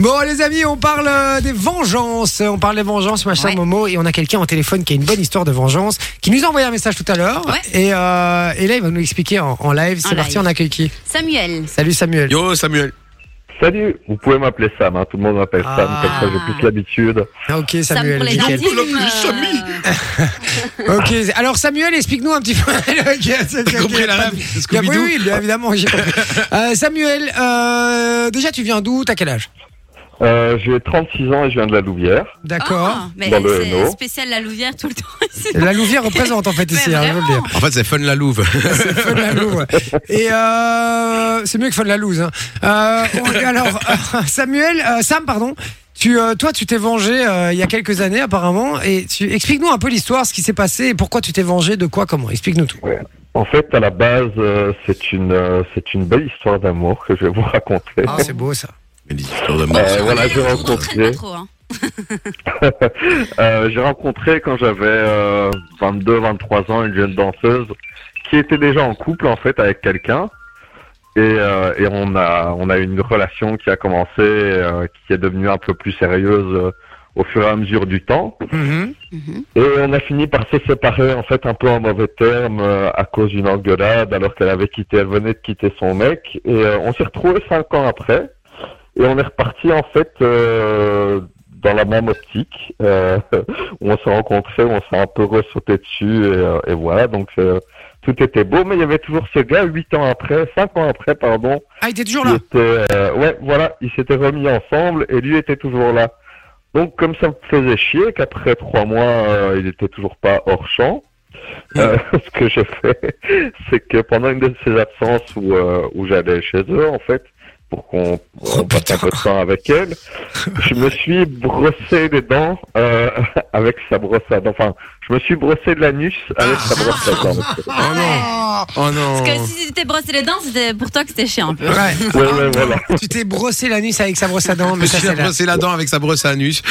Bon, les amis, on parle euh, des vengeances. On parle des vengeances, machin, Ouais. Momo. Et on a quelqu'un au téléphone qui a une bonne histoire de vengeance, qui nous a envoyé un message tout à l'heure. Ouais. Et, euh, et là, il va nous l'expliquer en, en live. En C'est parti, live. on accueille qui Samuel. Salut Samuel. Yo Samuel. Salut, vous pouvez m'appeler Sam, hein. tout le monde m'appelle Sam, Ah. comme ça j'ai plus l'habitude. Ah, Ok, Sam Samuel. pour les nickel. intimes. Nicolas euh, Samy. Ok, alors Samuel, explique-nous un petit peu. T'as T'as compris la rêve Oui, oui, bien évidemment. j'ai compris. Euh, Samuel, euh, déjà, tu viens d'où T'as quel âge Euh, j'ai 36 ans et je viens de la Louvière. D'accord. Ah, mais Dans le c'est Hainaut. spécial la Louvière tout le temps. ici. La Louvière représente en fait Mais ici, hein, je veux le dire. vraiment. En fait c'est Fun la Louve. Feu de la Louve. Et euh, c'est mieux que feu de la loose. hein. Euh, on- alors, euh, Samuel, euh, Sam, pardon. Tu, euh, toi, tu t'es vengé euh, il y a quelques années apparemment, et tu explique-nous un peu l'histoire, ce qui s'est passé, et pourquoi tu t'es vengé, de quoi, comment. Explique-nous tout. En fait, à la base, euh, c'est une, euh, c'est une belle histoire d'amour que je vais vous raconter. Ah, c'est beau ça. Mais des histoires de Bon, merde. Euh, voilà, j'ai on traîne rencontré. pas trop, hein. Euh, j'ai rencontré quand j'avais euh, 22-23 ans une jeune danseuse qui était déjà en couple en fait avec quelqu'un et, euh, et on a on a eu une relation qui a commencé euh, qui est devenue un peu plus sérieuse euh, au fur et à mesure du temps Mhm. Mhm. et on a fini par se séparer en fait un peu en mauvais termes euh, à cause d'une engueulade alors qu'elle avait quitté elle venait de quitter son mec et euh, on s'est retrouvé cinq ans après et on est reparti en fait euh, dans la même optique. Euh, on s'est rencontrés, on s'est un peu ressauté dessus et, euh, et voilà. Donc euh, tout était beau, mais il y avait toujours ce gars huit ans après, cinq ans après, pardon. Ah, il était toujours Qui là. était, euh, ouais, voilà, ils s'étaient remis ensemble et lui était toujours là. Donc comme ça me faisait chier qu'après trois mois, euh, il était toujours pas hors champ. euh, ce que j'ai fait, c'est que pendant une de ses absences où, euh, où j'allais chez eux, en fait, pour qu'on Oh, on passe un peu de temps avec elle, je me suis brossé les dents euh, avec sa brosse à dents. Enfin, je me suis brossé de l'anus avec sa brosse à dents. Oh non. Oh non. Parce que si tu t'es brossé les dents, c'était pour toi que c'était chiant Bah, un peu. Ouais. Ouais, ouais, voilà. Tu t'es brossé l'anus avec sa brosse à dents, mais ça Monsieur c'est a la, brossé la dent avec sa brosse à anus.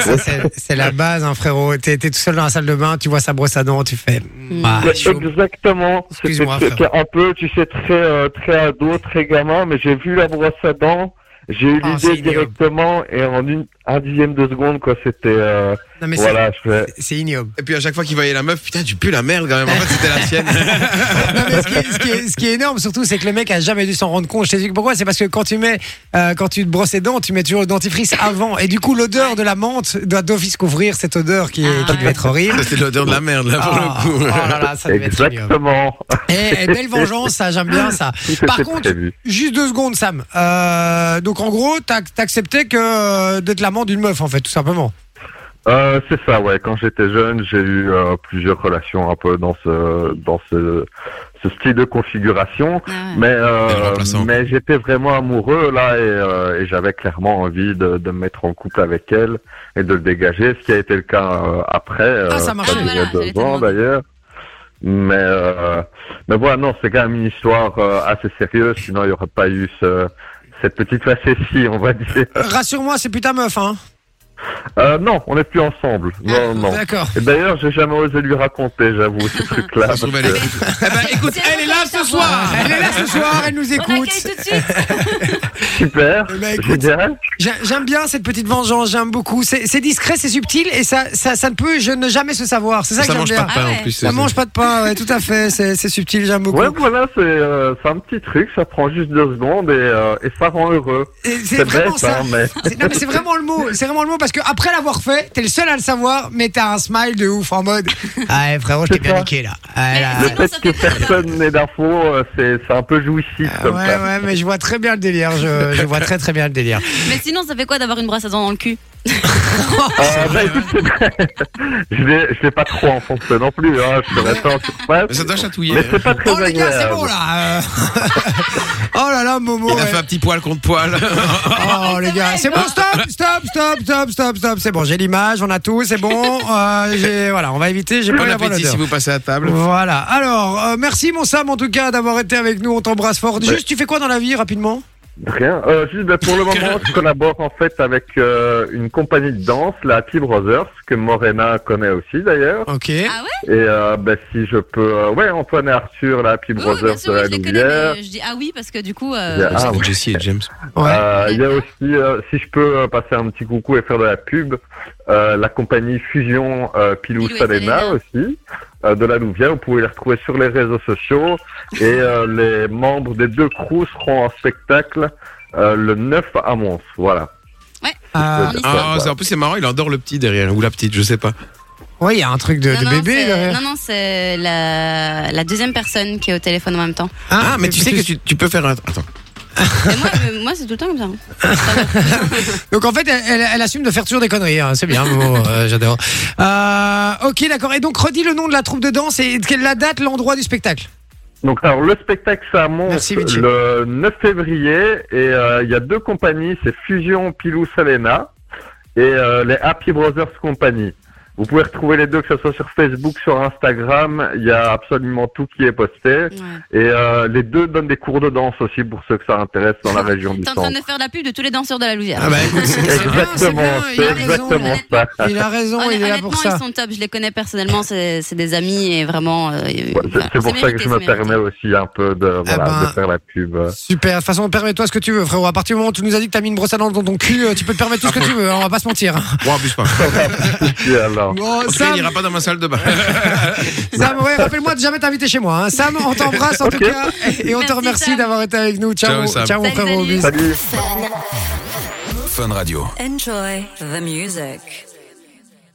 ça, c'est- c'est la base, hein, frérot. T'es t'es tout seul dans la salle de bain, tu vois sa brosse à dents, tu fais. Ah, Ouais, chaud. Exactement. C'était Excuse-moi, c'était un peu, tu sais, très, euh, très ado, très gamin, mais j'ai vu la brosse à dents, j'ai eu Ah, c'est ignoble. l'idée directement, et en une, un dixième de seconde, quoi, c'était, euh, Non mais c'est- voilà, je fais- c'est ignoble. Et puis à chaque fois qu'il voyait la meuf, putain, tu pues la merde quand même. En fait, c'était la sienne. Non, mais ce, qui est, ce qui est- ce qui est énorme surtout, c'est que le mec a jamais dû s'en rendre compte. Je t'explique pourquoi. C'est parce que quand tu mets, euh, quand tu te brosses les dents, tu mets toujours le dentifrice avant. Et du coup, l'odeur de la menthe doit d'office couvrir cette odeur qui, est, Ah, qui ouais. devait être horrible. Ça, C'était l'odeur de la merde là pour Ah, le oh coup. là là, ça devait être ignoble. exactement. Eh, eh, belle vengeance, ça, j'aime bien ça. Tout Par était contre- prévu. Juste deux secondes, Sam. Euh, donc en gros, t'as- t'acceptais que euh, d'être l'amant d'une meuf, en fait, tout simplement. Euh, c'est ça, ouais. Quand j'étais jeune, j'ai eu euh, plusieurs relations un peu dans ce, dans ce, ce style de configuration. Ah ouais. Mais, Et le euh, remplaçant. mais j'étais vraiment amoureux là et, euh, et j'avais clairement envie de, de me mettre en couple avec elle et de le dégager, ce qui a été le cas euh, après. Ah, ça euh, marchait. ça Ah, durait voilà, j'allais te deux ans demander. d'ailleurs. Mais, euh, mais voilà, non, c'est quand même une histoire euh, assez sérieuse, sinon il n'y aurait pas eu ce, cette petite facétie, on va dire. Euh, Rassure-moi, c'est plus ta meuf, hein. Euh, non, on n'est plus ensemble. Non, non. Ah, D'accord. Et d'ailleurs, j'ai jamais osé lui raconter, j'avoue, ce truc-là. Ça se trouve, elle est- Eh ben, écoute, C'est elle est là bon, ce ça soir. Elle est là ce soir, elle nous On accueille écoute. tout de suite. Super, Eh ben, écoute. génial. J'ai- J'aime bien cette petite vengeance, j'aime beaucoup. C'est c'est discret, c'est subtil et ça, ça, ça ne peut je ne jamais se savoir. C'est ça, Ça que j'aime mange bien. pas de pain Ah en ouais. plus. Ça mange pas de pain, ouais, tout à fait. C'est c'est subtil, j'aime beaucoup. Ouais, voilà, c'est euh, c'est un petit truc, ça prend juste deux secondes et, euh, et ça rend heureux. Et c'est C'est vraiment bête, ça. hein, mais C'est- Non mais c'est vraiment le mot, c'est vraiment le mot parce que après l'avoir fait, t'es le seul à le savoir, mais t'as un smile de ouf en mode. Ah ouais, frérot, je t'ai C'est bien ça. niqué là. Ah, là, le Mais- fait que personne n'ait d'infos, euh, c'est c'est un peu jouissif ah, comme ouais, ça. ouais, mais je vois très bien le délire. Je, je vois très très bien le délire. Mais sinon, ça fait quoi d'avoir une brosse à dents dans le cul Euh, bah, écoute, c'est- je l'ai- je l'ai pas trop enfoncé non plus, hein, je serais pas en surface. Mais ça doit chatouiller. Mais c'est pas Oh très les gars, c'est agréable. bon là. euh. oh là là, Momo. Il a ouais. fait un petit poil contre poil. Ah, Oh les gars, c'est bon, stop, stop, stop, stop, stop, stop, c'est bon, j'ai l'image, on a tout, c'est bon, euh, j'ai- voilà, on va éviter, j'ai pas Bon eu la bonne appétit odeur. si vous passez à table. Voilà, alors, euh, merci mon Sam en tout cas d'avoir été avec nous, on t'embrasse fort. Juste, tu fais quoi dans la vie rapidement De Rien. Euh, juste, ben, pour le moment, je collabore en fait avec euh, une compagnie de danse, la T-Brothers, que Morena connaît aussi d'ailleurs. Ok. Ah ouais Et euh, ben, si je peux... euh, ouais, Antoine et Arthur, Oh, la Oui, oui, bien T-Brothers sûr, de oui, la je les connais, Louvière. mais je dis ah oui parce que du coup. euh, Il y a- Ah, C'est ouais. Jessie et James. Ouais. Euh, Il y a aussi, euh, si je peux euh, passer un petit coucou et faire de la pub, euh, la compagnie Fusion euh, Pilou, Pilou et Salena Salena. aussi, euh, de la Louvière. Vous pouvez les retrouver sur les réseaux sociaux. Et euh, les membres des deux crews seront en spectacle euh, le 9 à Mons. Voilà. Euh, Ouais. Ah, c'est- en plus, c'est marrant, il endort le petit derrière, ou la petite, je sais pas. ouais, il y a un truc de, non, de non, bébé. c'est- là. Non, non, c'est la, la deuxième personne qui est au téléphone en même temps. Hein Ah, mais tu sais que tu, tu peux faire un. Attends. Et moi, euh, moi c'est tout le temps comme ça. hein. Donc en fait, elle, elle- elle assume de faire toujours des conneries. hein. C'est bien, Momo, euh, j'adore. Euh, ok, d'accord. Et donc redis le nom de la troupe de danse et quelle- la date, l'endroit du spectacle. Donc alors le spectacle c'est à Mons Merci, Vinci. le 9 février et euh, il y a deux compagnies, c'est Fusion Pilou Salena et euh, les Happy Brothers Company. Vous pouvez retrouver les deux que ce soit sur Facebook, sur Instagram, il y a absolument tout qui est posté Ouais. et euh, les deux donnent des cours de danse aussi pour ceux que ça intéresse dans la région du T'es en train centre. de faire la pub de tous les danseurs de la Louvière. Ah, bah écoute, c'est- Exactement, Ah, c'est bien, il c'est a raison. exactement ça. Ah. Il a raison, Honn- il est là pour honnêtement, ça. ils sont top. Je les connais personnellement. C'est c'est des amis et vraiment. euh, Ouais, c'est- voilà, c'est pour ça que mérité, je me c'est mérité. permets aussi un peu de, voilà, ben, de faire la pub. Super. De toute façon, permets-toi ce que tu veux, frérot. À partir du moment où tu nous as dit que t'as mis une brosse à dents dans ton cul, euh, tu peux te permettre tout ce que tu veux. hein, On va pas se mentir. Bon, abuse pas. Et alors, Bon, En tout cas, Oh, Sam, il ira pas dans ma salle de bain. Sam, ouais, rappelle-moi de jamais t'inviter chez moi. hein. Sam, on t'embrasse en Ok. tout cas et, et on te Merci, remercie Sam. d'avoir été avec nous. Ciao, Ciao, Sam. ciao, mon Salut, frérot. salut. Bisous. salut Enjoy the music.